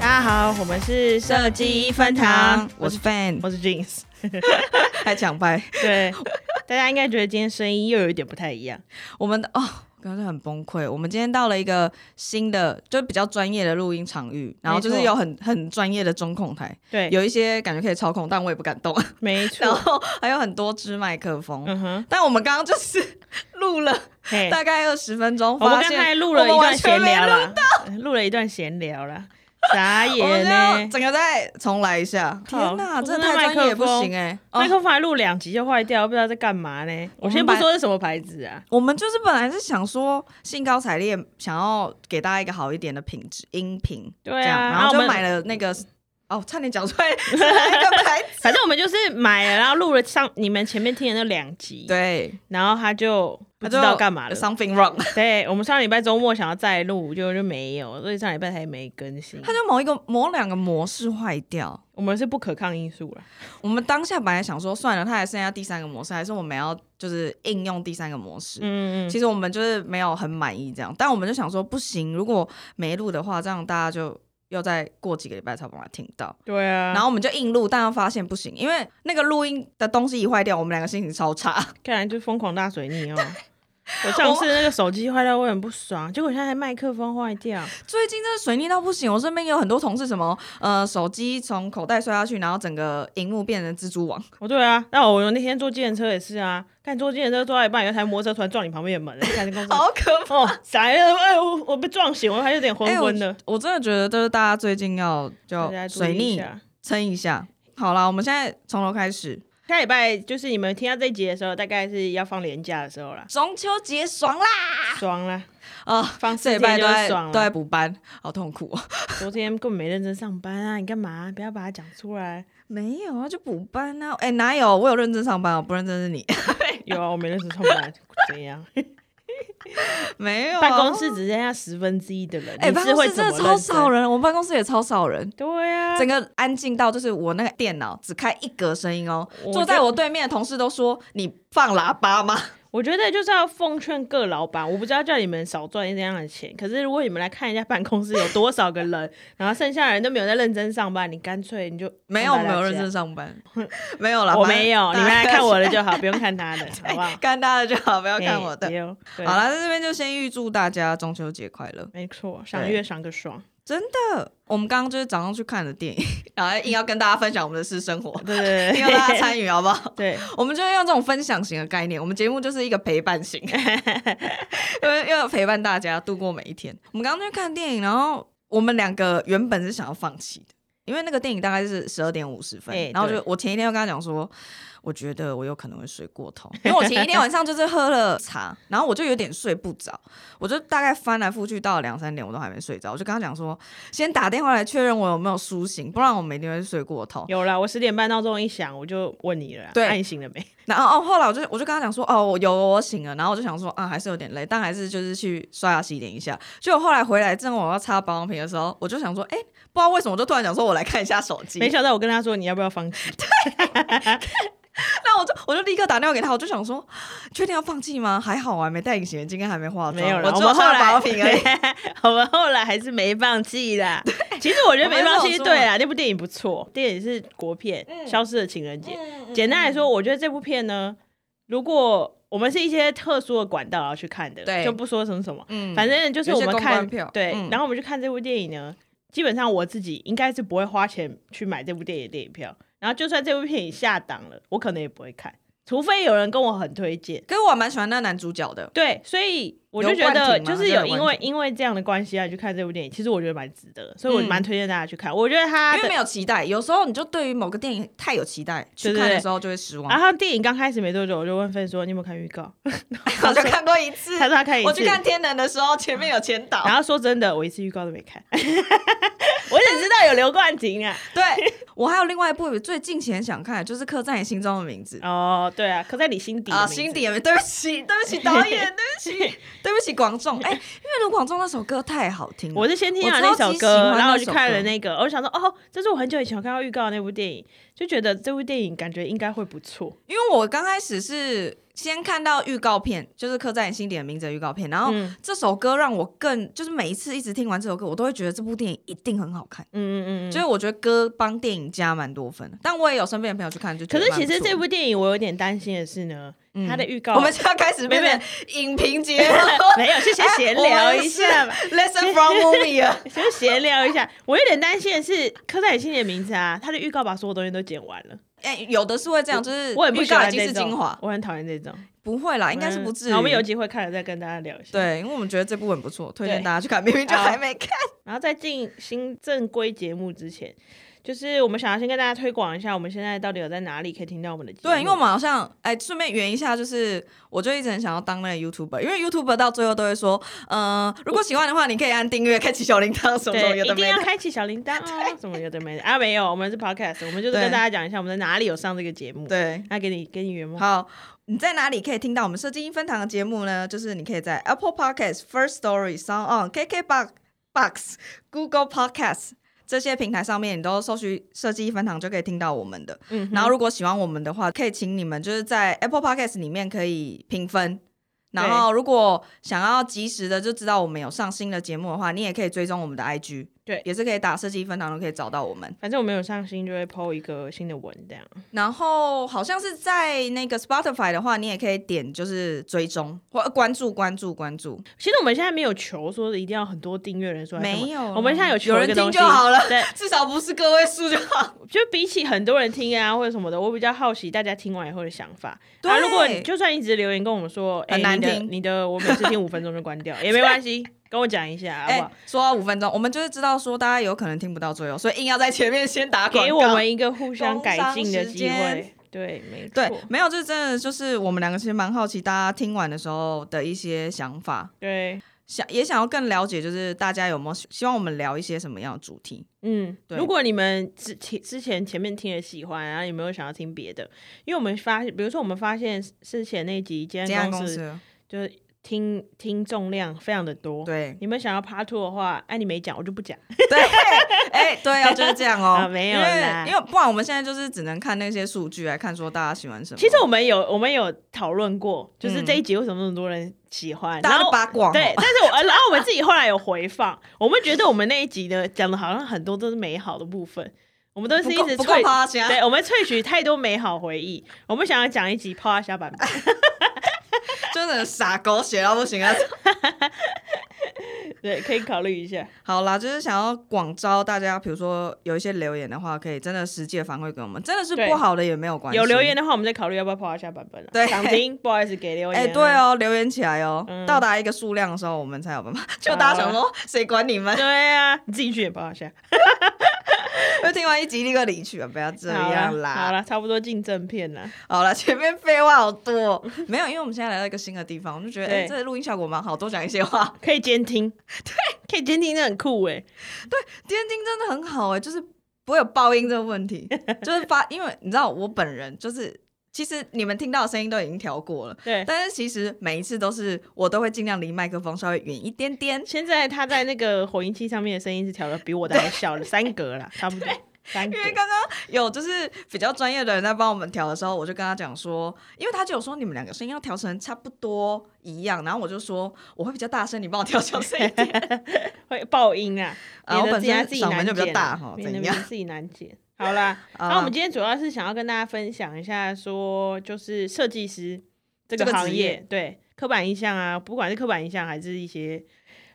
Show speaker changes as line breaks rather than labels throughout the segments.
大家好，我们是设计一分堂，
我是 Fan，
我是 Jeans。
还抢拍。
对，大家应该觉得今天声音又有一点不太一样。
我们的哦，刚刚很崩溃。我们今天到了一个新的，就比较专业的录音场域，然后就
没
是
错
有很很专业的中控台，
对，
有一些感觉可以操控，但我也不敢 动。
没
然
错，
后还有很多支麦克风，
嗯哼，
但我们刚刚就是 录了
嘿，
大概二十分钟，
我们
发
刚
现
才录了一段闲聊
了。
啦，录了一段闲聊 啦，傻
我
眼
们就
呢、
要整个再重来一下。
靠
天哪，
我们
真的
的麦
太专业也
克
不
风
行哎、哦
麦克风还录两集就坏掉，不知道在干嘛呢。
我
我
们
先不
把
说是什么牌子啊，
我们就是本来是想说兴高采烈，想要给大家一个好一点的品质音频，
对
这样
啊，
然后
我
就
们
买了那个哦，差点 讲出来是哪一个牌子？
反正我们就是买了，然后录了上你们前面听的那两集，
对，
然后他就不
他
知
就
道干嘛了。
？Something wrong，
对我们上礼拜周末想要再录，就就没有，所以上礼拜才没更新。
他就某一个某两个模式坏掉。
我们是不可抗因素了，
我们当下本来想说，算了，它还剩下第三个模式，还是我们要就是应用第三个模式。
嗯
其实我们就是没有很满意这样，但我们就想说，不行，如果没录的话，这样大家就又再过几个礼拜才把它听到。
对啊，
然后我们就硬录，但又发现不行，因为那个录音的东西一坏掉，我们两个心情超差。
看来就疯狂大水逆哦。我上次那个手机坏掉，我很不爽，结果现在麦克风坏掉，
最近真的水逆到不行，我身边有很多同事什么呃手机从口袋摔下去，然后整个荧幕变成蜘蛛网，
哦对啊，那我那天坐计程车也是啊，看坐计程车坐到一半，有一台摩托车突然撞你旁边的门，看这公司。
好可怕！哎
哦，傻了！哎，我我被撞醒，我还有点昏昏的。
我真的觉得就是大家最近要
大
就
家注
哎水
意一
逆
下。
撑一下。好啦，我们现在从头开始，
下礼拜就是你们听到这一集的时候，大概是要放年假的时候啦，
中秋节爽啦！
爽啦！
啊、
放四天
这礼拜都
就
在
爽了
都在补班，好痛苦哦。
昨天根本没认真上班啊，你干嘛？不要把它讲出 来。
没有啊，就补班啊。哎、哪有？我有认真上班哦，不认真是你。
有啊，我没认真上班，怎样？
啊没有、啊，
办公室只剩下十分之一的人，
哎、
你
办
是
公
会
室
怎
真
么认
的超少
真？
人，我们办公室也超少人，
对啊，
整个安静到就是我那个电脑只开一格声音哦
我，
坐在我对面的同事都说你放喇叭吗？
我觉得就是要奉劝各老板，我不知道叫你们少赚一点样的钱，可是如果你们来看一下办公室有多少个人， 然后剩下的人都没有在认真上班，你干脆你就
没有，我
上
没
班
有
来
认
家
真上班， 没有啦，
我
反正
没有，
大
你们来
家哎
看我的就好，不用看他的，好不好？
看大家就好， 不要看
嘿
我的。
对哦对
好啦，在这边就先预祝大家中秋节快乐。
没错，赏
对
月赏个 爽，
真的，我们刚刚就是早上去看的电影， 然后硬要跟大家分享我们的私生活，
对对
硬要大家
对
参与好不好？
对，
我们就用这种分享型的概念，我们节目就是一个陪伴型， 因为要陪伴大家度过每一天。我们刚刚去看电影，然后我们两个原本是想要放弃的，因为那个电影大概是十二点五十分，
哎
然后就
对
我前一天就跟他讲说，我觉得我有可能会睡过头，因为我前一天晚上就是喝了茶，然后我就有点睡不着，我就大概翻来覆去到两三点，我都还没睡着，我就跟他讲说，先打电话来确认我有没有苏醒，不然我们一定会睡过头。
有啦，我十点半闹钟一响，我就问你了啦，
对
那你醒了没？
然后哦，后来我就我就跟他讲说，哦，我有我醒了，然后我就想说啊，还是有点累，但还是就是去刷牙洗脸一下。结果后来回来，正我要擦保养品的时候，我就想说，哎，不知道为什么，我就突然想说，我来看一下手机。
没想到我跟他说你要不要放弃，
那我就我就立刻打电话给他，我就想说，确定要放弃吗？还好我还啊没戴隐形眼镜，跟还没化妆，
没有啦，
我只
们
有
后
刷了
来
保养品而 已。
我们后来还是没放弃啦。其实我觉得没放
我们是
弃，
有说啊嗯
对啊啦，那部电影不错，电影是国片《消失的情人节》。简单来说，我觉得这部片呢，如果我们是一些特殊的管道然后去看的，
对
就不说什么什么，
嗯
反正就是我
有
们
些公
看
关票
对，
嗯
然后我们去看这部电影呢，基本上我自己应该是不会花钱去买这部电影的电影票，然后就算这部电影下档了，我可能也不会看，除非有人跟我很推荐。
可是我还蛮喜欢那男主角的，
对，所以我就
有
觉得，
冠廷吗
就是
是
有
有
因
冠
为
廷
因为这样的关系啊，去看这部电影，其实我觉得蛮值得的，所以我
嗯
蛮推荐大家去看。我觉得他
因
的
为没，有期待，有时候你就对于某个电影太有期待，去
对对
看的
对
时候就 会失望。
然后电影刚开始没多久，我就问芬说：“你有没有看预告
我就看过一次？”，
他说他看一
我
次
去，看天能的时候，前面有前导。
然后说真的，我一次预告都没看， 我只知道有刘冠廷啊。
对我还有另外一部最近前想看，就是《刻在你心中的名字》
哦，对啊，刻在你心底的
啊，
名字
心底的对不起，对 不起导演，对不起，对不起广众。哎、因为卢广仲那首歌太好听了，
我是先听了
我
那
超
首
级喜欢
歌，然后我
那
去
首
看了
歌
那个，我就想说，哦，这是我很久以前有看到预告的那部电影，就觉得这部电影感觉应该会不错。
因为我刚开始是先看到预告片，就是刻在你心底的名字的预告片，然后
嗯
这首歌让我更，就是每一次一直听完这首歌，我都会觉得这部电影一定很好看。
嗯嗯嗯
所以
嗯。
我觉得歌帮电影加蛮多分的，但我也有身边的朋友去看，就觉
可
得
是
蛮
其
不
实
错
这部电影我有点担心的是呢，
嗯
它的预告
我们哎就要开始变
没
成影评节目
没有，是先闲聊一下嘛，
，Lesson from movie 啊。
先闲聊一下。我有点担心的是刻在你心里的名字啊，它的预告把所有东西都剪完了，
哎、有的是会这样，就是
我很不
预
喜
告已
欢
经
这
是
种
精华，，
我很讨厌这种，
不会啦，应该是不至
嗯
于。
好我们有机会看了再跟大家聊一下。
对，因为我们觉得这部很不错，推荐
对
大家去看，明明就
好
还没看。
然后在进新正规节目之前，就是我们想要先跟大家推广一下，我们现在到底有在哪里可以听到我们的节目？
对，因为我们好像哎，顺、便圆一下，就是我就一直很想要当那个 YouTuber，因为 YouTuber 到最后都会说，嗯、如果喜欢的话，你可以按订阅、开启小铃铛什么什么
对
有
一
的
定
没
要
的。
开启小铃 铛哦，什么有的没的啊，没有，我们是 podcast，我们就是
对
跟大家讲一下我们在哪里有上这个节目。，
对，
那给你给你圆梦。
好，你在哪里可以听到我们设计英分堂的节目呢？就是你可以在 Apple Podcast、First Story、Sound On、KK Box、Box、Google Podcast 这些平台上面，你都搜寻“设计一分堂”就可以听到我们的。
嗯哼，
然后如果喜欢我们的话，可以请你们就是在 Apple Podcast 里面可以评分。然后如果想要及时的就知道我们有上新的节目的话，你也可以追踪我们的 IG，
对
也是可以打设计一分堂都可以找到我们。
反正我们有上新就会 PO 一个新的文这样。
然后好像是在那个 Spotify 的话，你也可以点就是追踪或呃关注关注关注，
其实我们现在没有求说一定要很多订阅人数，
没。有啊，
我们现在有求
有人
一个
听
东西
就好了，
对，
至少不是个位数就好。
就比起很多人听啊或者什么的，我比较好奇大家听完以后的想法。
对
啊，如果你就算一直留言跟我们说哎
很难
你的
听
你的我每次听五分钟就关掉也没关 系，跟我讲一下好
哎、
不好？
说到五分钟，我们就是知道说大家有可能听不到最后，所以硬要在前面先打广告。
给我们一个互相改进的机
哎工商时
会
间。
对，没
对
错，，
没有，这真的就是我们两个其实蛮好奇大家听完的时候的一些想法，
对，
想也想要更了解，就是大家有没有希希望我们聊一些什么样的主题？
嗯，
对
如果你们之前之前前面听了喜欢，然后有没有想要听别的？因为我们发现，比如说我们发现之前那集《今
这样
天
公
公司》
司
就是听听众量非常的多。
对
你们想要 Part Two 的话，哎、你没讲，我就不讲。
对，哎、对啊，就是这样哦、
啊没有
因
啦
为因为不然我们现在就是只能看那些数据来看说大家喜欢什么。
其实我们有我们有讨论过，就是
嗯
这一集为什么那么多人喜欢，
大家
然
就
后
八卦哦
对，但是我然后我们自己后来有回放， 我们觉得我们那一集呢讲的好像很多都是美好的部分，我们都是
不
一
够
直
不够
萃，
趴下，
对，我们萃取太多美好回忆，我们想要讲一集泡一下版本，
真的傻狗血到不行啊！
对，可以考虑一下。
好啦，就是想要广招大家，比如说有一些留言的话，可以真的实际的反馈给我们，真的是
对
不好的也没有关系。
有留言的话，我们再考虑要不要泡一下版本了、
对
想听不好意思给留言、啊
哎、对，哦，留言起来哦，
嗯啊
到达一个数量的时候，我们才有办法。 就大家想说，谁管你们？
对啊，你自己去也泡一下。
就听完一集立刻离去啊！不要这
好啦
样啦。
好啊了，差不多进正片了。
好啦，前面废话好多哦、 没有，因为我们现在来到一个新的地方，我们就觉得，哎、
对
这录音效果蛮好，多讲一些话。
可以监听，对，可以监听，这很酷哎。
今天听真的很好哎、就是不会有爆音这个 问题，就是发，因为你知道我本人就是。其实你们听到的声音都已经调过了，
对，
但是其实每一次都是我都会尽量离麦克风稍微远一点点，
现在他在那个混音器上面的声音是调的比我的还小了三格啦，差不多三格
因。为刚刚有就是比较专业的人在帮我们调的时候，我就跟他讲说，因为他就有说你们两个声音要调成差不多一样，然后我就说我会比较大声，你帮我调小声一点。
会爆音啊，
啊我
免得
本
自己
身
自己
嗓
难
门就比较
剪
大
啊
哈
免得
怎
免
样啊
得自己难剪。好 啦，
好
那我们今天主要是想要跟大家分享一下，说就是设计师这个
这个
行
职
业，对刻板印象啊，不管是刻板印象还是一些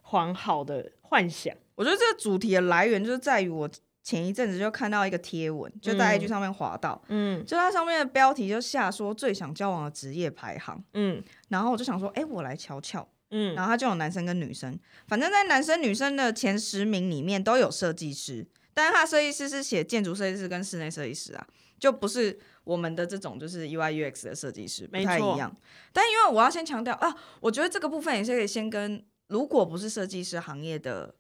黄好的幻想，
我觉得这个主题的来源就是在于我前一阵子就看到一个贴文，就在
嗯
IG 上面滑到，
嗯
就它上面的标题就下说最想交往的职业排行，
嗯
然后我就想说，哎、我来瞧瞧。
嗯，
然后它就有男生跟女生，反正在男生女生的前十名里面都有设计师，但是他设计师是写建筑设计师跟室内设计师啊，就不是我们的这种就是 UI UX 的设计师不
没
太
错
一样。但因为我要先强调啊，我觉得这个部分也是可以先跟如果不是设计师行业的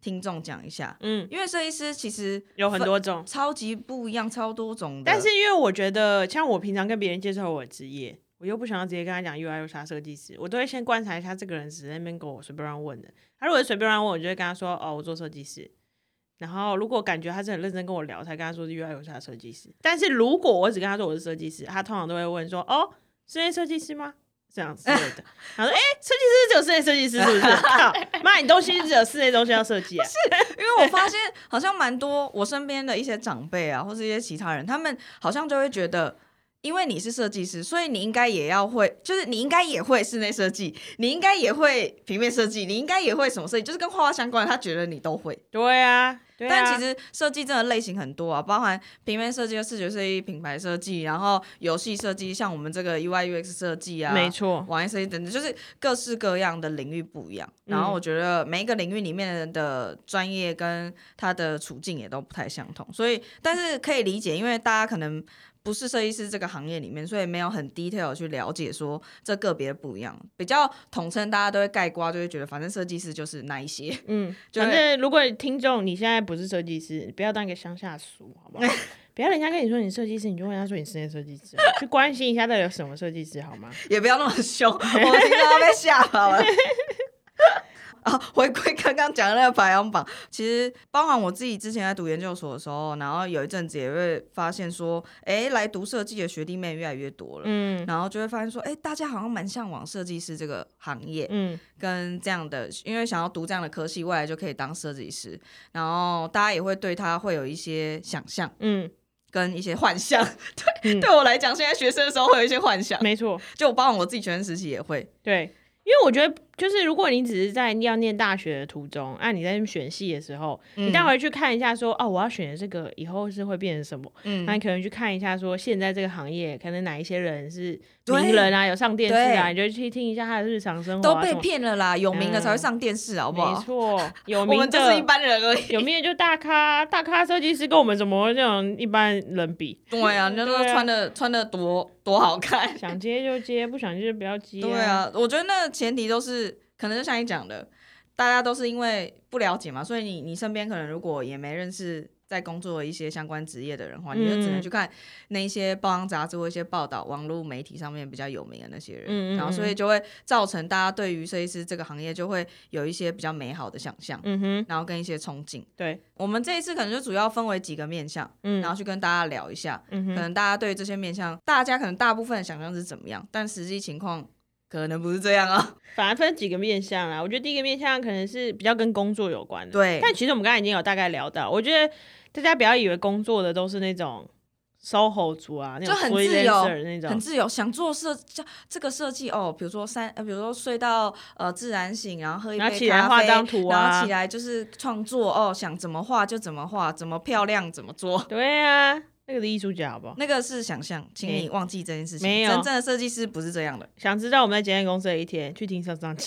听众讲一下，
嗯
因为设计师其实
有很
分
多种，
超级不一样，超多种的。
但是因为我觉得，像我平常跟别人介绍我的职业，我又不想要直接跟他讲 UI 又啥设计师，我都会先观察一下这个人只是在那边跟我随便乱问的。他如果随便乱问，我就会跟他说：“哦，我做设计师。”然后如果感觉他是很认真跟我聊，才跟他说是 UI 又啥设计师。但是如果我只跟他说我是设计师，他通常都会问说：“哦，室内设计师吗？这样之类的。他说：“哎、设计师只有室内设计师是不是？ 靠妈，你东西只有室内东西要设计啊？
因为我发现好像蛮多我身边的一些长辈啊，或是一些其他人，他们好像就会觉得，因为你是设计师，所以你应该也要会，就是你应该也会室内设计，你应该也会平面设计，你应该也会什么设计，就是跟画画相关的，他觉得你都会。
对啊，对啊。
但其实设计真的类型很多啊，包含平面设计、视觉设计、品牌设计，然后游戏设计，像我们这个 UI UX 设计啊，
没错，
网页设计等等，就是各式各样的领域不一样。
嗯
然后我觉得每一个领域里面的专业跟他的处境也都不太相同，所以但是可以理解，因为大家可能不是设计师这个行业里面，所以没有很 detail 地去了解说这个别不一样，比较统称，大家都会盖瓜，就会觉得反正设计师就是那一些。
嗯，
就会
反正如果听众你现在不是设计师，不要当一个乡下俗，好不好？不要人家跟你说你设计师，你就问他说你室内设计师，去关心一下到底有什么设计师好吗？
也不要那么 凶，我听到被吓跑了。 啊，回归刚刚讲的那个排行榜，其实包含我自己之前在读研究所的时候，然后有一阵子也会发现说，哎、来读设计的学弟妹越来越多了，
嗯
然后就会发现说，哎、大家好像蛮向往设计师这个行业，
嗯，
跟这样的，因为想要读这样的科系，未来就可以当设计师，然后大家也会对他会有一些想象
嗯，
跟一些幻想。 对，
嗯
对我来讲，现在学生的时候会有一些幻想，
没错，
就包含我自己学生时期也会。
对，因为我觉得就是如果你只是在要念大学的途中，啊，你在那边选系的时候，
嗯
你待会去看一下说，哦，我要选的这个以后是会变成什么？
嗯
那你可能去看一下说，现在这个行业可能哪一些人是
对
名人啊，有上电视啊，
对
你就去听一下他的日常生活、
都
啊，
被
什么
骗了啦，有名的才会
嗯
上电视，啊好不
没
好？
错，有
我
名
们就
的
是一般 人而已。
有面就大咖， 大咖设计师跟我们怎么会这种一般人比？
对啊，你就说
对啊
穿的穿的多多 好看。
想接就接，不想接就不要接、
对，啊，我觉得那前提都是，可能就像你讲的，大家都是因为不了解嘛，所以你你身边可能如果也没认识在工作的一些相关职业的人的话，你就只能
嗯
去看那一些报章杂志或一些报道、网络媒体上面比较有名的那些人，
嗯嗯
然后所以
嗯
就会造成大家对于设计师这个行业就会有一些比较美好的想象，
嗯哼，
然后跟一些憧憬。
对，
我们这一次可能就主要分为几个面向，
嗯，
然后去跟大家聊一下，
嗯
可
哼，
能大家对这些面向，大家可能大部分的想象是怎么样，但实际情况可能不是这样 啊。
反而分几个面向啦。我觉得第一个面向可能是比较跟工作有关的，。
对，
但其实我们刚才已经有大概聊到，我觉得大家不要以为工作的都是那种 SOHO 族啊，那种
就很自由
freelancer 那
很
种，
自由，想做设这这个设计哦，比如说三，呃，比如说睡到呃自然醒，然后喝一杯
然
咖
后
啡，
起来画张图啊
然后起来就是创作哦，想怎么画就怎么画，怎么漂亮怎么做。
对啊，那个是艺术家好不好？
那个是想象，请你忘记这件事情。
没有
真正的设计师不是这样的。
想知道我们在检验公司的一天，去听上上 期，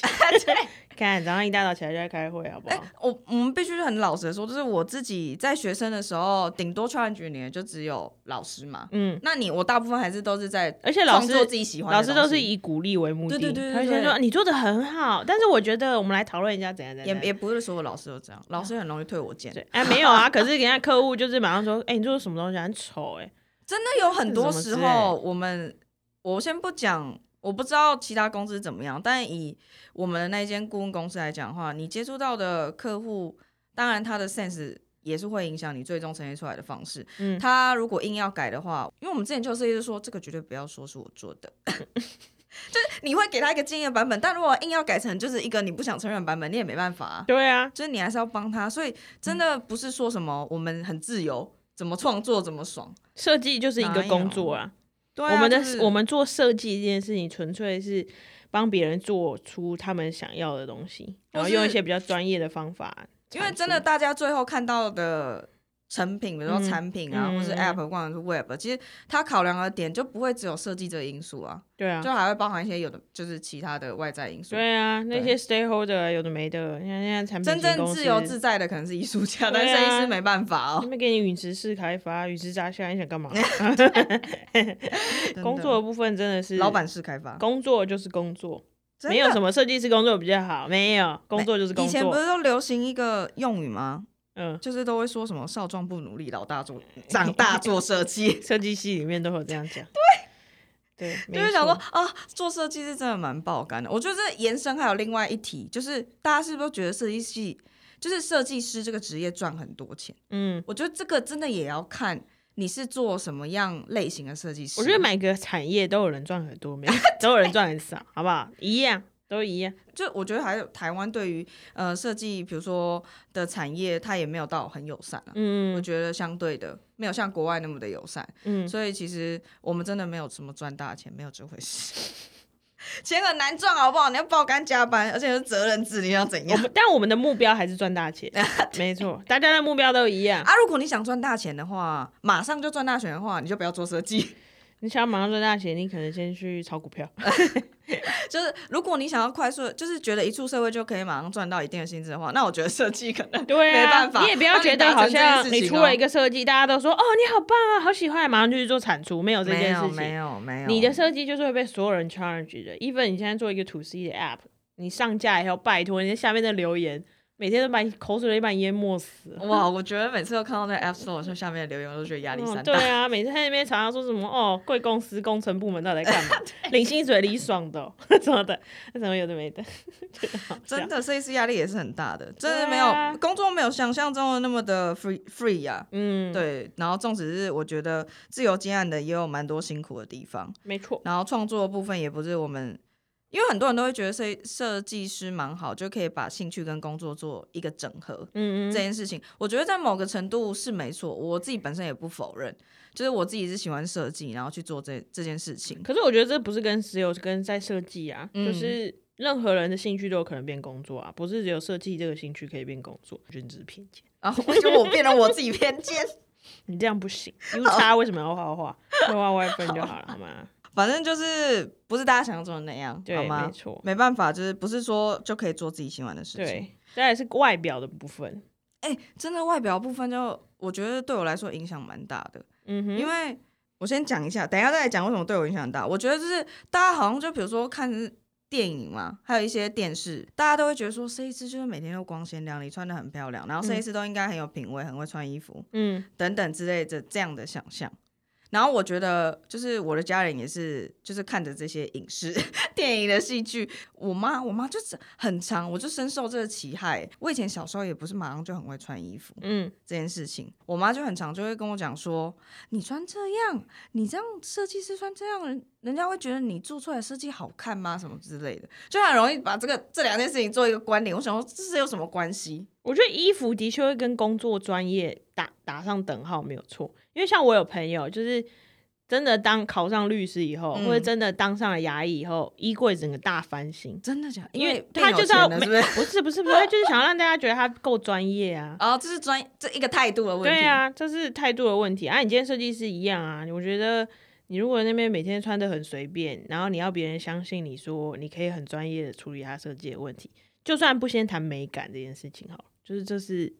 看早上一大早起来就在开会，好不好？
我我们必须很老实的说，就是我自己在学生的时候，顶多 challenge 你的就只有老师嘛。
嗯，
那你我大部分还是都是在
而且老
创作
师
自己喜欢的
老
东西，
师都是以鼓励为目的，
对对对对
他会先
对
说你做的很好，但是我觉得我们来讨论一下怎样怎
也
样。
也不是所有老师都这样，老师很容易退我荐。
对，哎，没有 啊，可是人家客户就是马上说，哎，你做的什么东西啊很丑， 哎，
真的有很多时
是什么之
候，我们我先不讲，我不知道其他公司怎么样，但以我们的那一间顾问公司来讲的话，你接触到的客户，当然他的 sense 也是会影响你最终呈现出来的方式。
嗯
他如果硬要改的话，因为我们之前就设计师说，这个绝对不要说是我做的。 就是你会给他一个经验版本，但如果硬要改成就是一个你不想承认的版本，你也没办法、啊。
对啊，
就是你还是要帮他，所以真的不是说什么我们很自由，怎么创作怎么爽。
设计就是一个
哪有
工作啊。
对、啊，
我们的、
就是
我们做设计这件事情，纯粹是帮别人做出他们想要的东西，然后
或是
用一些比较专业的方法。
因为真的，大家最后看到的成品，比如说
嗯
产品啊，
嗯
或是
嗯
App 或者是 Web，其实它考量的点就不会只有设计这个因素啊，
对啊，
就还会包含一些有的就是其他的外在因素。
对啊，那些
对
stakeholder 啊有的没的，你看现在产品
真
型
正
公
自由
司
自在的可能是艺术 家，
对
但
啊
设计师没办法
他
哦。
们给你陨石式开发、陨石砸下来，你想干嘛？
真的
工作的部分真的是
老，板式开发，
工作就是工作，
真的
没有什么设计师工作比较好，没有工作就是工
以前不
作。
是都流行一个用语吗？
嗯，
就是都会说什么少壮不努力，老 大做长大做设计。
设计系里面都有这样 讲。对对，
就
没
是想说
错
啊，做设计是真的蛮爆肝的。我觉得这延伸还有另外一题，就是大家是不是都觉得设计系就是设计师这个职业赚很多钱？
嗯，
我觉得这个真的也要看你是做什么样类型的设计师？
我觉得每个产业都有人赚很 多，没有都有人赚很少，好不好？一样，都一样。
就我觉得还有台湾对于呃设计，比如说的产业，它也没有到很友善啊。我
嗯
觉得相对的没有像国外那么的友善，
嗯，
所以其实我们真的没有什么赚大钱，没有这回事。 钱很难赚，好不好？你要爆肝加班，而且是责任制，你要怎
我
样
们但我们的目标还是赚大 钱，没错，大家的目标都一样。
啊？如果你想赚大钱的话，马上就赚大钱的话，你就不要做设计。
你想要马上赚大钱，你可能先去炒股票。
就是如果你想要快速，就是觉得一出社会就可以马上赚到一定的薪资的话，那我觉得设计可能
对啊，
没办法
你也不要觉得好像你出了一
个
个设计，大家都说哦你好棒啊，好喜欢，马上就去做产出，没有这
没
件
有
事
没
情。
有没有
你的设计就是会被所有人 challenge 的。even 你现在做一个 to C 的 app，你上架以后，拜托你在下面的留言，每天都把你口水都把你淹没死。
哇！我觉得每次都看到那 App Store 上下面的留言，我都觉得压力山
嗯，
大。
对啊，每次在那边常常说什么哦，贵公司工程部门到底在 干嘛？领薪水理爽的、哦、 什么的，那什么有的没的，觉得好笑
真的，设计师压力也是很大的，真的没
对啊
有工作没有想象中的那么的 free free 呀、
嗯，，
对，然后纵使是我觉得自由接案的也有蛮多辛苦的地方，
没错，
然后创作的部分也不是我们，因为很多人都会觉得设设计师蛮好，就可以把兴趣跟工作做一个整合。
嗯
这
嗯，
件事情，我觉得在某个程度是没错，我自己本身也不否认，就是我自己是喜欢设计，然后去做这这件事情。
可是我觉得这不是跟石油，是跟在设计啊，
嗯
就是任何人的兴趣都有可能变工作啊，不是只有设计这个兴趣可以变工作，我觉得你只是偏见，
然后我觉得我变成我自己偏见，
你这样不行。U 叉为什么要画画？会画外分就好了，好 吗？
反正就是不是大家想象中的那样，
对，
好吗
没？错，
没办法，就是不是说就可以做自己喜欢的事情。
对，再来是外表的部分，
哎、真的外表部分就我觉得对我来说影响蛮大的，
嗯哼，
因为我先讲一下，等一下再来讲为什么对我影响很大。我觉得就是大家好像就比如说看电影嘛，还有一些电视，大家都会觉得说设计师就是每天都光鲜亮丽，穿的很漂亮，然后设计师都应该很有品味，很会穿衣服
嗯
等等之类的这样的想象。然后我觉得，就是我的家人也是，就是看着这些影视、 电影的戏剧，我妈，我妈就是很长，我就深受这个其害。我以前小时候也不是马上就很会穿衣服，
嗯，
这件事情，我妈就很常就会跟我讲说，你穿这样，你这样设计师穿这样，人人家会觉得你做出来的设计好看吗？什么之类的，就很容易把这个这两件事情做一个关联。我想说，这是有什么关系？
我觉得衣服的确会跟工作专业打打上等号，没有错。因为像我有朋友，就是真的当考上律师以后，
嗯
或者真的当上了牙医以后，衣柜整个大翻新，
真的假的？
因
因
为
为
他
变有
就是要
钱了
每
是不是？
不是不是不是，他就是想要让大家觉得他够专业啊。
哦，这是专这一个态度的问题。
对，啊，这是态度的问题啊。你今天设计师一样啊，我觉得你如果那边每天穿的很随便，然后你要别人相信你说你可以很专业的处理他设计的问题，就算不先谈美感这件事情好了，就是这是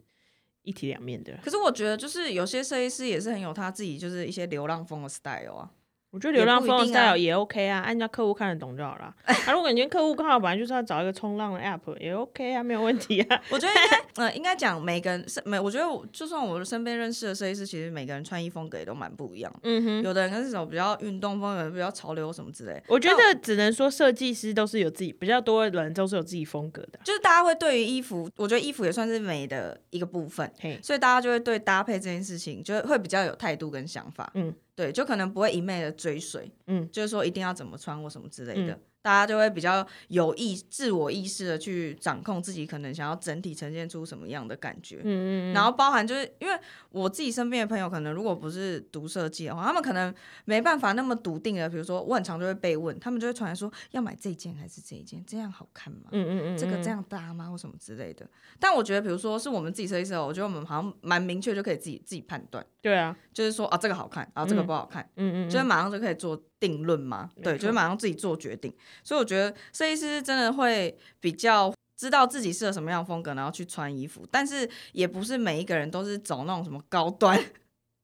一体两面的。
可是我觉得就是有些设计师也是很有他自己就是一些流浪风的 style 啊。
我觉得流浪
也
风的
不一定啊
style 也 OK 啊，按照客户看得懂就好了。 啊，如果你今天客户刚好本来就是要找一个冲浪的 app，也 OK 啊，没有问题啊。
我觉得应该，呃，应该讲每个人是每，我觉得我就算我身边认识的设计师，其实每个人穿衣风格也都蛮不一样的。
嗯哼，
有的人跟这种比较运动风，有人比较潮流什么之类。
我觉得只能说设计师都是有自己比较多的人都是有自己风格的啊。
就是大家会对于衣服，我觉得衣服也算是美的一个部分，
嘿，
所以大家就会对搭配这件事情，就会比较有态度跟想法。
嗯，
对，就可能不会一昧的追随，
嗯，
就是说一定要怎么穿或什么之类的。
嗯
大家就会比较有意、自我意识的去掌控自己，可能想要整体呈现出什么样的感觉。
嗯嗯嗯，
然后包含就是因为我自己身边的朋友，可能如果不是读设计的话，他们可能没办法那么笃定的，比如说我很常就会被问，他们就会传来说要买这件还是这一件，这样好看吗？
嗯嗯嗯，
这个这
嗯
样搭吗？或什么之类的。但我觉得，比如说是我们自己设计师哦，我觉得我们好像蛮明确就可以自己自己判断，
对啊，
就是说啊这个好看啊这个不好看，
嗯嗯，
就是马上就可以做定论嘛，
没
对，
错
就是马上自己做决定。所以我觉得设计师真的会比较知道自己适合什么样的风格，然后去穿衣服，但是也不是每一个人都是走那种什么高端、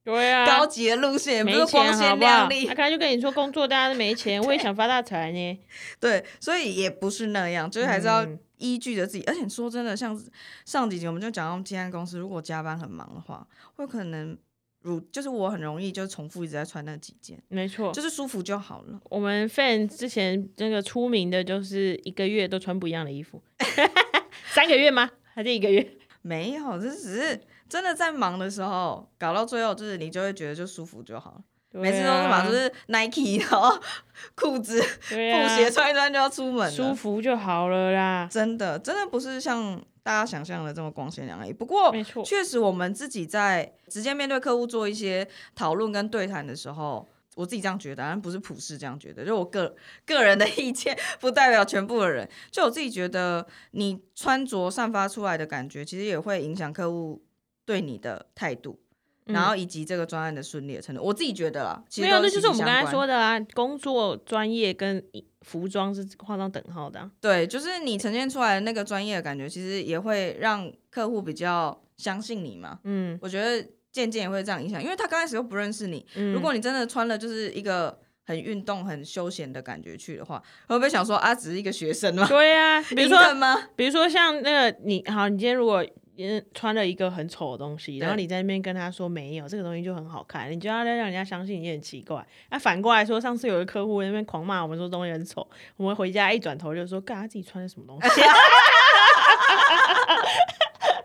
对啊，
高级的路线，也不
没
是光
钱好
鲜
不好
亮？丽
他，刚才就跟你说工作大家都没 钱，我也想发大财呢。
对，所以也不是那样，就是还是要
嗯
依据着自己。而且说真的，像上几集我们就讲到，接案公司如果加班很忙的话，会可能。如就是我很容易就重复一直在穿那几件，
没错，
就是舒服就好了。
我们 fan 之前那个出名的就是一个月都 穿不一样的衣服，三个月吗？还是一个月？
没有，这只是真的在忙的时候，搞到最后就是你就会觉得就舒服就好了。
对
每次都是嘛，
啊
就是 Nike，然后裤子、
对
布
啊
鞋穿一穿就要出门
舒
了。
服就好了啦。
真的，真的不是像大家想象的这么光鲜亮丽。不过，
没错，
确实我们自己在直接面对客户做一些讨论跟对谈的时候，我自己这样觉得，但不是普世这样觉得，就我个个人的意见， 不代表全部的人。就我自己觉得，你穿着散发出来的感觉，其实也会影响客户对你的态度。
嗯
然后以及这个专案的顺利的程度，我自己觉得啦，其实
没有，
都
那就是
息
我
息
们
相
刚才
关
说的啊，工作专业跟服装是画上等号的啊、
对，就是你呈现出来的那个专业的感觉，其实也会让客户比较相信你嘛。
嗯
我觉得渐渐也会这样影响，因为他刚开始又不认识你，
嗯，
如果你真的穿了就是一个很运动、很休闲的感觉去的话，会不会想说啊，只是一个学生 吗？
对啊，比如说
intern 吗？
比如说像那个你好，你今天如果嗯穿了一个很丑的东西，然后
对
你在那边跟他说没有这个东西就很好看，你就要让人家相信你很奇怪。那、反过来说，上次有一个客户在那边狂骂我们说东西很丑，我们回家一转头就说干他自己穿的什么东西，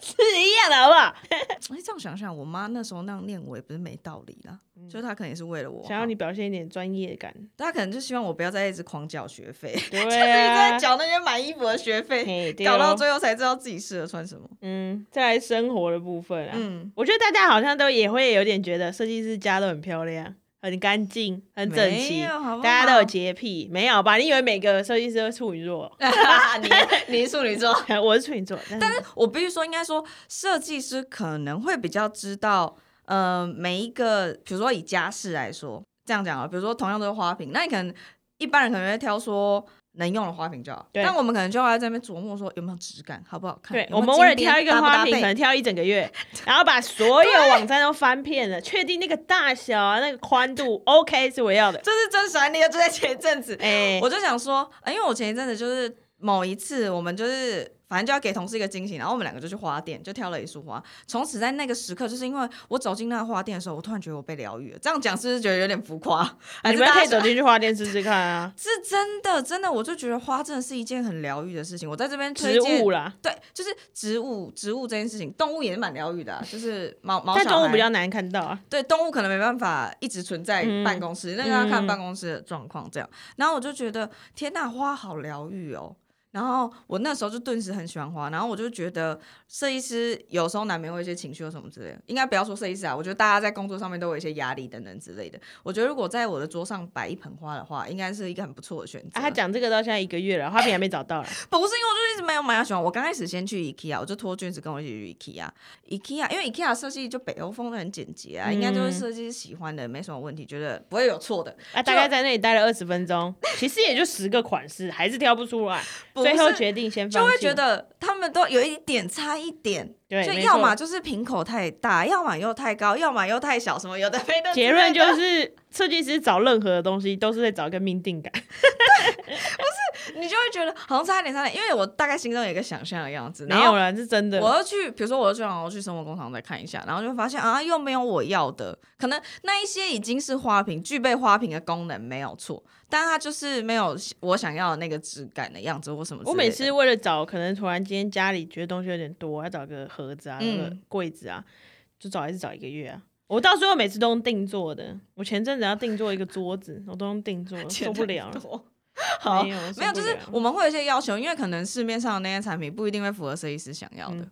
是一样的好不好？
哎，这样想想，我妈那时候那样念我也不是没道理啦，就是她可能也是为了我好，
嗯想要你表现一点专业 感，
她可能就希望我不要再一直狂缴学 费，
对
在
啊，
缴那些买衣服的学费，
嘿对
搞到
哦
最后才知道自己适合穿什么。
嗯，再来生活的部分啊，
嗯，
我觉得大家好像都也会有点觉得设计师家都很漂亮、很干净、很整
没
齐
有，好不好
大家都 有洁癖，没有吧？你以为每个设计师都是处女座？
你你是处女座，
我是处女座，但是
我必须说，应该说设计师可能会比较知道，呃，每一个，比如说以家饰来说，这样讲啊，比如说同样都是花瓶，那你可能一般人可能会挑说能用的花瓶就好，
对
但我们可能就要在那边琢磨说有没有质感，好不好看，
对
有没有
我们为了
经典
挑一个
搭不搭
花瓶，可
配
能挑一整个 月，然后把所有网站都翻遍了，确定那个大小啊、那个宽度 OK 是我要的。
这是真实案例，就在前一阵子，
哎，
我就想说，呃因为我前一阵子就是某一次，我们就是反正就要给同事一个惊喜，然后我们两个就去花店，就挑了一束花。从此在那个时刻，就是因为我走进那个花店的时候，我突然觉得我被疗愈了。这样讲是不是觉得有点浮夸？
啊
还
你
是
们
大
可
家
以走进去花店试试看啊，
是真的，真的，我就觉得花真的是一件很疗愈的事情。我在这边推
植
荐
物，啦，
对，就是植物，植物这件事情，动物也是蛮疗愈的啊、就是毛毛小
但动物
孩
比较难看到啊。
对动物可能没办法一直存在办公室，那就要看办公室的状况这样。然后我就觉得天呐，花好疗愈哦。然后我那时候就顿时很喜欢花，然后我就觉得设计师有时候难免会有一些情绪或什么之类的，应该不要说设计师啊，我觉得大家在工作上面都有一些压力等等之类的。我觉得如果在我的桌上摆一盆花的话，应该是一个很不错的选择。
啊，他讲这个到现在一个月了，花瓶还没找到啦。
不是因为我就一直没有买他喜欢。我刚开始先去 IKEA，我就托君子跟我一起去 IKEA。IKEA 因为 IKEA 设计就北欧风的很简洁啊，
嗯
应该就是设计师喜欢的，没什么问题，觉得不会有错的。
啊，大概在那里待了二十分钟，其实也就十个款式，还是挑不出来，
不
最后
是
决定先放
就会
弃
觉得他们都有一点差一点，
对，
就
没
要
错
么就是瓶口太大，要么又太高，要么又太小，什么有的没的之类
结
的。
论就是设计师找任何的东西都是在找一个命定感，
你就会觉得好像差一点差一点，因为我大概心中有一个想象的样子，
没
然后
有了是真的。
我要去，比如说我要去，然后去生活工厂再看一下，然后就会发现啊，又没有我要的，可能那一些已经是花瓶，具备花瓶的功能没有错，但它就是没有我想要的那个质感的样子或什么之类的。
我每次为了找，可能突然今天家里觉得东西有点多，要找个盒子啊，那个
嗯
柜子啊，就找还是找一个月啊。我到最后每次都用定做的，我前阵子要定做一个桌子，我都用定 做的，受不了了。
好
没有，受
没有，
不
就是
了
我们会有一些要求，因为可能市面上的那些产品不一定会符合设计师想要的，
嗯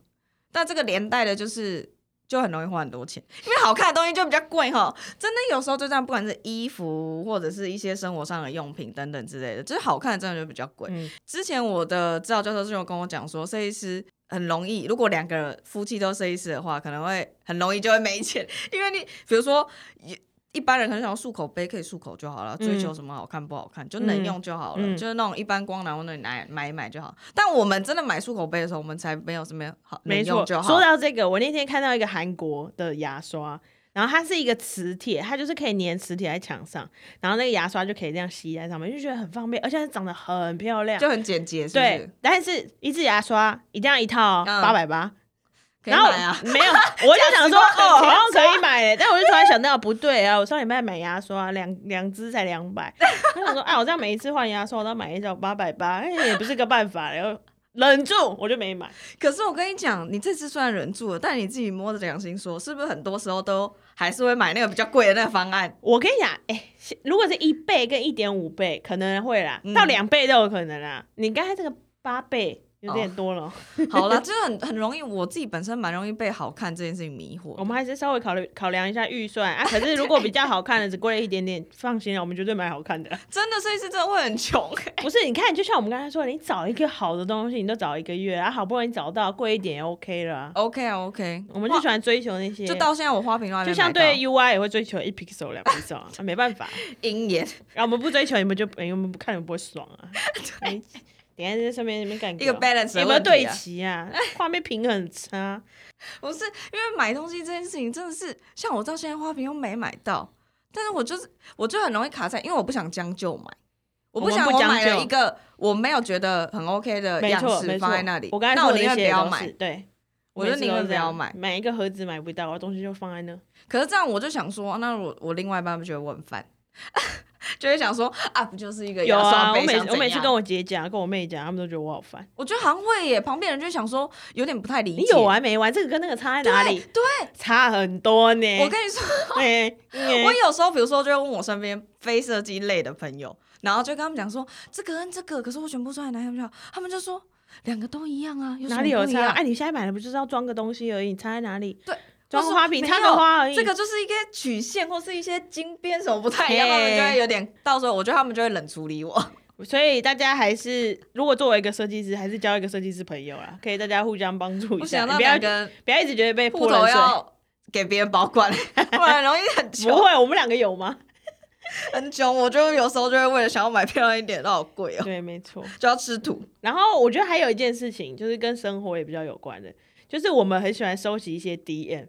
但这个连带的就是。就很容易花很多钱，因为好看的东西就比较贵哈。真的有时候就这样，不管是衣服或者是一些生活上的用品等等之类的，就是好看的真的就比较贵。
嗯，
之前我的指导教授就有跟我讲说，设计师很容易，如果两个夫妻都设计师的话，可能会很容易就会没钱， 因为你比如说一一般人可能想要漱口杯可以漱口就好了，追求什么好看不好看、就能用就好了，
嗯
就是那种一般光南欧那里拿买一买就好。但我们真的买漱口杯的时候，我们才没有什么好能
没
用
错，
就
说
好。
到这个，我那天看到一个韩国的牙刷，然后它是一个磁铁，它就是可以粘磁铁在墙上，然后那个牙刷就可以这样吸在上面，就觉得很方便，而且它长得很漂亮。
就很简洁，是不
对
是？，
但是一支牙刷一定要一套
嗯
八百八，
可以
然后
买啊，
没有，我就想说
价值观
哦，
很
好像可以买耶，但我就突然想到不对啊，我上礼拜买牙刷两两支才 两百，我想说啊，我这样每一次换牙刷我都要买一条八百八，哎也不是个办法，然后忍住，我就没买。
可是我跟你讲，你这次虽然忍住了，但你自己摸着良心说，是不是很多时候都还是会买那个比较贵的那个 方案？
我跟你讲，哎、如果是一倍跟一点五倍，可能会啦，
嗯
到两倍都有可能啦。你刚才这个八倍有点多了，
好啦，就是很很容易，我自己本身蛮容易被好看这件事情迷
我
惑。
们还是稍微考虑考量一下预算啊。可是如果比较好看的，只贵了一点点，放心了，我们绝对买好看 的。
真的，这一次 真的会很穷、
不是，你看，就像我们刚才说的，你找一个好的东西，你都找一个月，啊，好不容易找到，贵一点也 OK 了啊。
OK 啊，OK，
我们就喜欢追求那些，
就到现在我花瓶都还没
就像
买到
对 UI 也会追求一 pixel 两 pixel 啊，没办法。
鹰眼
然后我们不追求，你们就哎我们不看，你们不会爽 啊。你等一下在上面那边干
一个
掉
balance 的
有没有
问题
对
啊
齐啊？画面平衡很差，
不是因为买东西这件事情，真的是像我到现在花瓶又没买到，但是我就是我就很容易卡在，因为我不想将就买，我
我
不
们
想
不
我
将
买了
就
一个我没有觉得很 OK 的
没
呃样
错
式
没错
放在那里，，
我刚才
那我
说的
宁
那
愿不
些
要
也都
买
是，。对，
我
每
就
次
宁
都
愿
是
不
这样
要买
买一个盒子买不到，我东西就放在那。
可是这样我就想说，那我我另外一半不觉得我很烦， 就会想说啊，不就是一个
有
牙
啊，
刷
我
杯
每
想
我每次
怎
跟
样
我姐讲，跟我妹讲，他们都觉得我好烦。
我觉得好像会耶，旁边人就想说有点不太理解。
你有啊完没完？这个跟那个差在哪里？
对，
差很多呢。
我跟你说，
哎哎
我有时候比如说就会问我身边非设计类的朋友，然后就跟他们讲说这个跟这个，可是我选不出来哪一样，他们就说两个都一样啊，有什么
哪里有
不一
差？
样？
哎，你现在买的不就是要装个东西而已？你差在哪里？
对，
装个花瓶，
或是
插
没有
个花而已。
这个就是一个曲线或是一些金边什么不太一样，他们就
嘿
会有点，到时候我觉得他们就会冷处理我。
所以大家还是，如果作为一个设计师，还是交一个设计师朋友啊啦，可以大家互相帮助一
我
下，
想
你
到
不要
两个
不要一直觉得被
户
泼
头
冷水。
要给别人保管，不然容易很
不
穷
会，我们两个有 吗？
很穷。我就有时候就会为了想要买漂亮一点，那好贵哦，
对，没错。
就要吃土。
然后我觉得还有一件事情，就是跟生活也比较有关的，就是我们很喜欢收集一些 DM。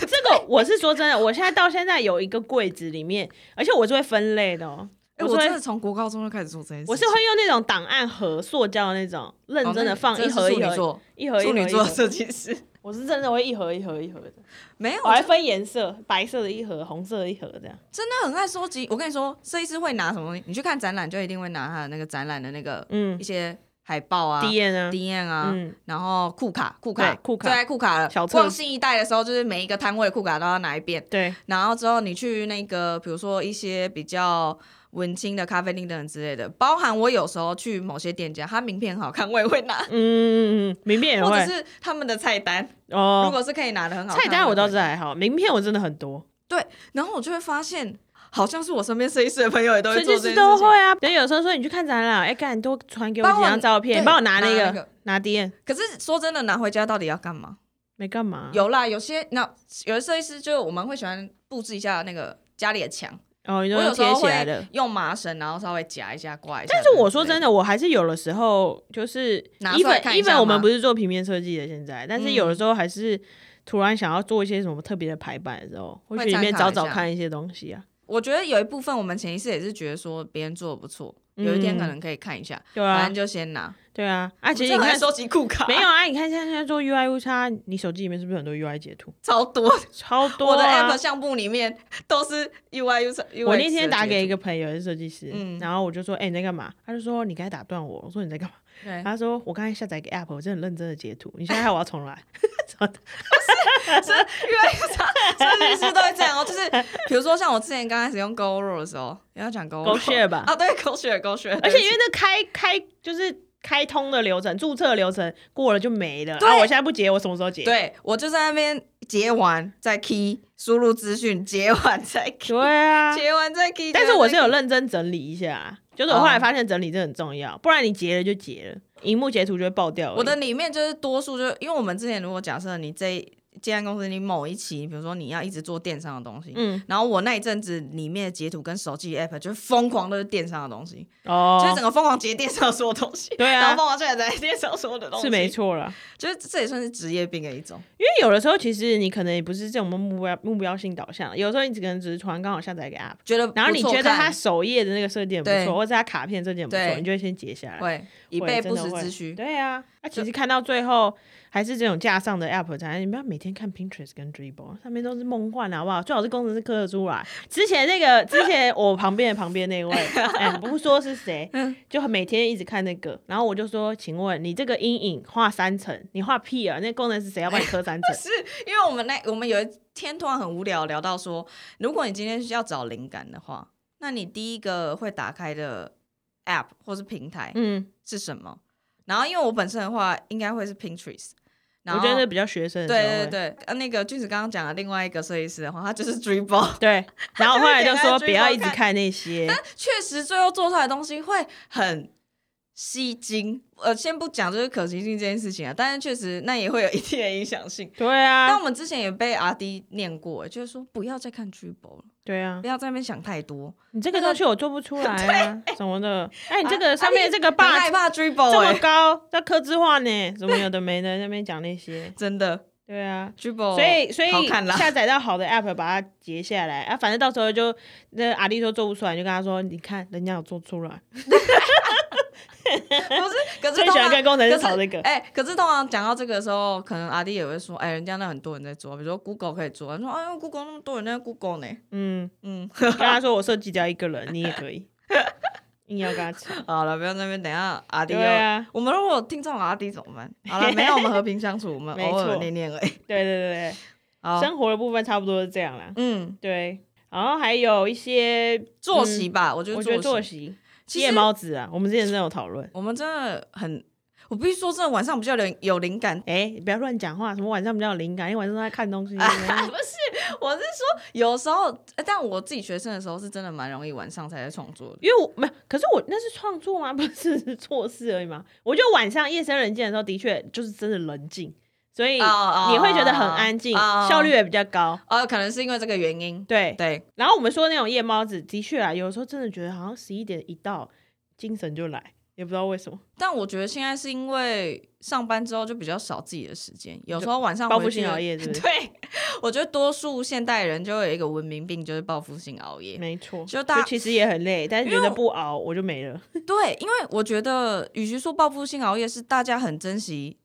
这个我是说真的，我现在到现在有一个柜子里面，而且我是会分类的哦。
哎、
是
我
会
真的从国高中就开始做这件事情，
我是会用那种档案盒，塑胶的那种，认真
哦
的放一盒一盒，
座，
一盒一盒
处女座
一盒
设计师
我是真的会一盒一盒一盒的，
没有，
我还分颜色，白色的一盒，红色的一盒这样。
真的很爱收集。我跟你说，设计师会拿什么东西？你去看展览，就一定会拿他的那个展览的那个
嗯
一些海报 啊、
，D N 啊，
D N 啊，
嗯，
然后库卡、库卡、
对库卡
最爱库卡了。
小册子
逛新一代的时候，就是每一个摊位的库卡都要拿一遍。
对，
然后之后你去那个，比如说一些比较文青的咖啡厅等等之类的，包含我有时候去某些店家，他名片很好看，我也会拿，
嗯嗯嗯，名片也
或者
会
是他们的菜单，如
哦。
果是可以拿的很好看，
菜单我
都
倒是还好，名片我真的很多，
对，然后我就会发现，好像是我身边设计师的朋友也都
设
会做
计
这件
师
事
都
情
会。啊。等有时候说你去看展览，哎，干你多传给我
帮
几
我
张照片，
对
你帮我拿那
拿
个
那个
拿 D N，
可是说真的，拿回家到底要干嘛？
没干嘛。
有啦，有些那有的设计师就我们会喜欢布置一下那个家里的墙，
哦，你
我
都
有时
贴
候
起来的
会。用麻绳，然后稍微夹一下挂一下。
但是我说真
的，
的，我还是有的时候就是
拿出来
even
看一下
even 我们
吗
不是做平面设计的，现在，但是有的时候还是突然想要做一些什么特别的排版的时候，会去里面找找看一些东西啊。
我觉得有一部分我们潜意识也是觉得说别人做的不错，
嗯
有一天可能可以看一下，
对
反
啊
正，就先拿。
对啊。啊，
我
其实
真
你
的
看
很爱收集库卡，
没有啊？你看现在现在做 UI U 叉，你手机里面是不是很多 UI 截图？
超多，
超多、啊。
我的 app 项目里面都是 UI U。
我那天打给一个朋友，也是设计师，
嗯
然后我就说：“哎、你在干嘛？”他就说：“你刚才打断我。”我说：“你在干嘛？”
对
他说：“我刚才下载一个 app，我真的很认真的截图。你现在害我要重来。
越来越差，设计师都会这样哦。就是比如说像我之前刚开始用 GoRo 的时候，也要讲 GoRo
GoShare 吧
啊，对 GoShare，GoShare，
而且因为那开开就是开通的流程、注册流程过了就没了。
对
啊，我现在不结，我什么时候结？
对我就在那边截完再 key，输入资讯，截完再 key，
对啊，
截完再 key，
但是我是有
截完再 key
认真整理一下啊，就是我后来发现整理真的很重要，不然你结了就结了，荧幕截图就会爆掉而已。
我的里面就是多数就是因为我们之前如果假设你这一建安公司你某一期，比如说你要一直做电商的东西。
嗯
然后我那一阵子里面的截图跟手机 app 就是疯狂都是电商的东西，就是
哦
整，个疯狂截电商的所有东西，
对啊
然后疯狂下载电商所有的东西，
是没错啦。
就是这也算是职业病的一种。
因为有的时候其实你可能也不是这种目标目标性导向，有时候你只可能只是突然刚好下载一个 app。
觉得不错
然后你觉得它
看
首页的那个设计很不
对
错，或者它卡片设计很不错，
对
你就会先截下来。
会以
会
备
真
不
的
时
会
之需，啊
对啊，那、其实看到最后还是这种架上的 app 才，你不要每天看 Pinterest 跟 Dribble，上面都是梦幻，好不好？最好是工程师刻得出来。之前那个，之前我旁边的旁边那位，哎、不说是 谁，
嗯
就每天一直看那个。然后我就说，请问你这个阴影画三层，你画屁啊？那工程师谁要帮你刻 三层？
是因为我们那我们有一天突然很无聊，聊到说，如果你今天是要找灵感的话，那你第一个会打开的 App 或是平台
嗯，
是什么？然后因为我本身的话，应该会是 Pinterest。然
我
后
觉得这比较学生的时候
对对
欸。
对，呃，那个君子刚刚讲的另外一个设计师的话，他就是 Dribble。
对，然后后 来就说
他就会点
不
开
要一直
Dribble 看
看那 些，
确实最后做出来的东西会很吸睛。呃，先不讲就是可行性这件事情啊，但是确实那也会有一定的影响性。
对
但
啊，
我们之前也被 R D 念过，就是说不要再看 Dribble 了，
对啊
不，要在那边想太多。
你这个东西我做不 出来啊，什么的。哎，你这个
啊
上面这个
很
霸
害怕 Dribble，、
这么
欸、
高，要刻字化呢，什么有的没的，那边讲那些，
真的
对啊。
Dribble，
所以，所以
哦好看 啦。
下载到好的 app 把它截下来啊，反正到时候就那阿丽说做不出来，你就跟他说，你看人家有做出来。
不是，可是
最
通
喜欢
常
跟工程
可
师
是
吵这个，
哎、可是通常讲到这个的时候，可能阿弟也会说，哎、人家那很多人在做，比如说 Google 可以做，他说，哎呦，Google 那么多人在 Google 呢，
嗯，
嗯，
跟他说我设计掉一个人，你也可以，硬要跟他吵。
好了，不要在那边，等一下阿弟又
对啊，
我们如果有听众阿弟怎么办？好了，没有，我们和平相处，我们
没
偶尔
错
念念而已。
对对对
好
对，，生活的部分差不多是这样啦。
嗯，
对，然后还有一些，
作息吧，我觉
嗯我
得
觉得
作
作
息，
息，
其
夜
实
猫子啊，我们之前真的有讨论。
我们真的很，我必须说，真的晚上比较有有灵感。
哎、你不要乱讲话，什么晚上比较有灵感，因为晚上都在看东西。
不是，我是说有时候，呃但我自己学生的时候是真的蛮容易晚上才在创作的。
因为我没有，可是我那是创作吗？不是是做事而已 嘛。我觉得晚上夜深人静的时候，的确就是真的冷静，所以
哦哦
你会觉得很安静，
哦
效率也比较高。
呃，可能是因为这个原因。
对，
对，
然后我们说那种夜猫子，的确啊，有时候真的觉得好像十一点一到，精神就来，也不知道为什么。
但我觉得现在是因为上班之后就比较少自己的时间，有时候晚上
报
回
复
去
性熬夜是不是
对，我觉得多数现代人就会有一个文明病，就是报复性熬夜。
没错，
就大
其实也很累，但是觉得不熬我就没了。
对，因为我觉得，与其说报复性熬夜，是大家很珍惜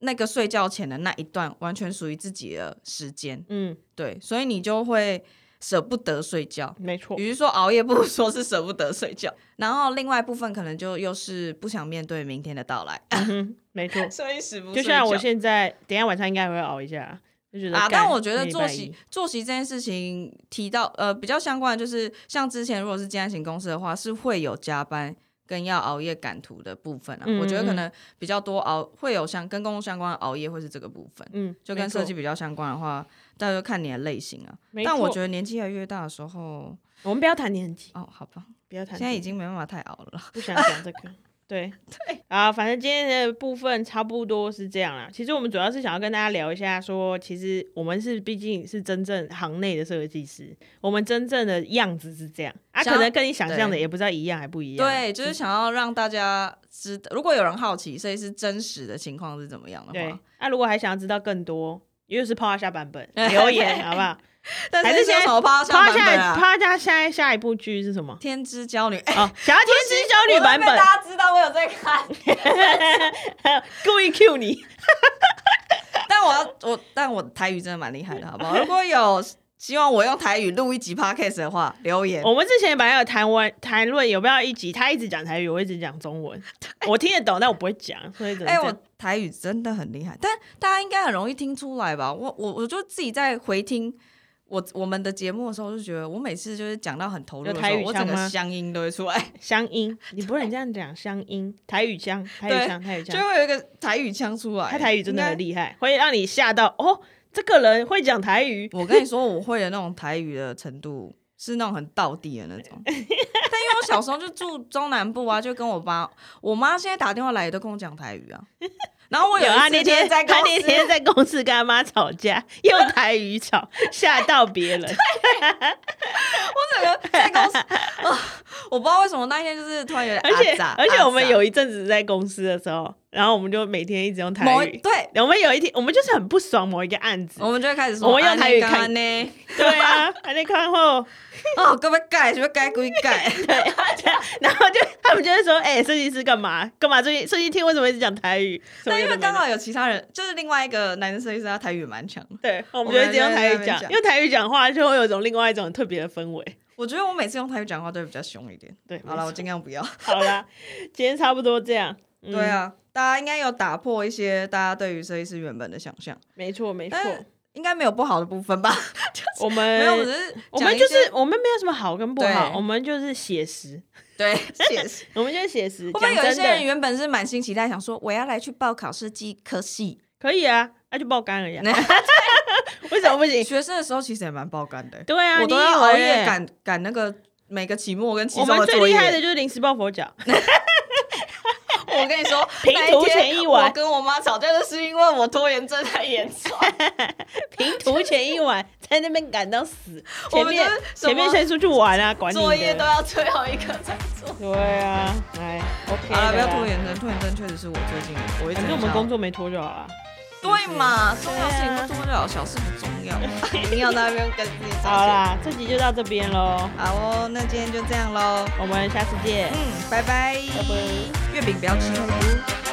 那个睡觉前的那一段完全属于自己的时间。
嗯，
对，所以你就会舍不得睡觉。
没错。
与其说熬夜，不如说是舍不得睡觉。然后另外一部分可能就又是不想面对明天的到来，
嗯哼， 没错。
所以时不
就
睡
像我
觉
现在，等一下晚上应该还会熬一下，就觉得
啊，
干
但我觉得
那礼
作
拜
息
一
作息这件事情提到呃比较相关的就是像之前如果是建安型公司的话，是会有加班跟要熬夜赶图的部分啊。
嗯
我觉得可
嗯
能比较多熬会有相跟工作相关的熬夜会是这个部分，
嗯，
就
没
跟
错
设计比较相关的话，大家就看你的类型啊。
没
但我
错
觉得年纪越来越大的时候，
我们不要谈年纪，
哦，好吧，
不要谈年纪，
现在已经没办法太熬了啦。
不想讲这个。对对啊，反正今天的部分差不多是这样啦。其实我们主要是想要跟大家聊一下说其实我们是毕竟是真正行内的设计师，我们真正的样子是这样啊，
想
可
要
能跟你想象的
对
也不知道一样还不一样。
对，就是想要让大家知道，如果有人好奇，设计师真实的情况是怎么样的
对
话，。
那、如果还想要知道更多，又是泡一下版 本留言好不好？
但
还是
现
现在
在趴
泡
下啊
一下
下
泡一下下下一部剧是什 么？
天之娇女，哎
哦，想要天之娇女版
我都被
本，
大家知道我有在看，
故意 Q 你。
但我要我但我台语真的蛮厉害的，好不 好？如果有希望我用台语录一集 podcast 的话，留言。
我们之前本来有谈完谈论有没有一集，他一直讲台语，我一直讲中文，我听得懂，但我不会讲，所以只能
哎、
这
我
样。
台语真的很厉害，但大家应该很容易听出来吧？我我我就自己在回听我我们的节目的时候，就觉得我每次就是讲到很投入的
有
时
台
候，
语
我
腔
整
吗
个乡音都会出来，
乡音，你不能这样讲，乡音，台语腔，台语腔，台语
就
腔，
会有一个台语腔出来。
他台语真的
应该
很厉害，会让你吓到哦，这个人会讲台 语，
我跟你说，我会的那种台语的程度是那种很道地的那 种。但因为我小时候就住中南部啊，就跟我爸、我妈现在打电话来也都跟我讲台语啊。 然后我
有
一
啊，
次
那
就是
天
在公
他 那
司，
天在公司跟他妈吵架，用台语吵，吓到别人。
在公司、啊，我不知道为什么那天就是突然有点
而且
阿杂
而且我们
阿
有一阵子在公司的时候，然后我们就每天一直用
杂某
台
一哦
语。
对，
我们有一天，我们就是很不爽某一个案子，
我们就会开始说，
我们用台语
啊
看
你干嘛呢？
对啊， 还在看后，
哦，该不该改？是不是改归改？
然后就他们就会说，哎、设计师干嘛干嘛？最近设计厅为什么一直讲台语？
那因为刚
好
好有其他人，就是另外一个男生设计师，他台语也蛮强的。
对，我们
我
就一
们
直用
在
台
那
语
边
讲，
讲
因为台语讲话就会有一种另外一种特别的氛围。
我觉得我每次用台语讲话都会比较凶一点。
对，
好
没
了，我
错
尽量不要。
好啦，今天差不多这样。嗯
对，啊，大家应该有打破一些大家对于设计师原本的想象，
没错没错
但，是应该没有不好的部分吧？
我
没呃有，我只
们
是
我
讲
们
一
就
些
是我们没有什么好跟不好，
对
我们就是写实，
对，谢谢。
我们就是写实。
会不
讲
会有一
真
些
的
人原本是满心期待，想说我要来去报考设计科系？
可以啊，那、就爆肝 而已、啊，为什么不行？
学生的时候其实也蛮爆肝的欸、
对啊，
我都
你以
要熬
为
夜赶赶那个每个期末跟期
我
中
们
的
最
作
厉
业。
害的就是临时抱佛脚，
我跟你 说，
平
那
图
天
前一晚
我跟我妈吵架，就是因为我拖延症太严 重。
平图前一晚在那边赶到死，
我
前
们
面
就是什
前面
么
先出去玩啊， 管你
作业
的
都要最后一个才做。
对啊，哎，OK，
好了，不要拖
了，
延症，拖延症确实是我最近我一直
反
很
正我们
想要
工作没拖就好了。
对嘛，重要事
对啊
情不重要，小事不重 要，一定要在那边跟自己吵
好
架。
啦，这集就到这边喽，
好哦，那今天就这样喽，
我们下次见，
嗯，拜拜，
拜拜。
月饼不要吃太多。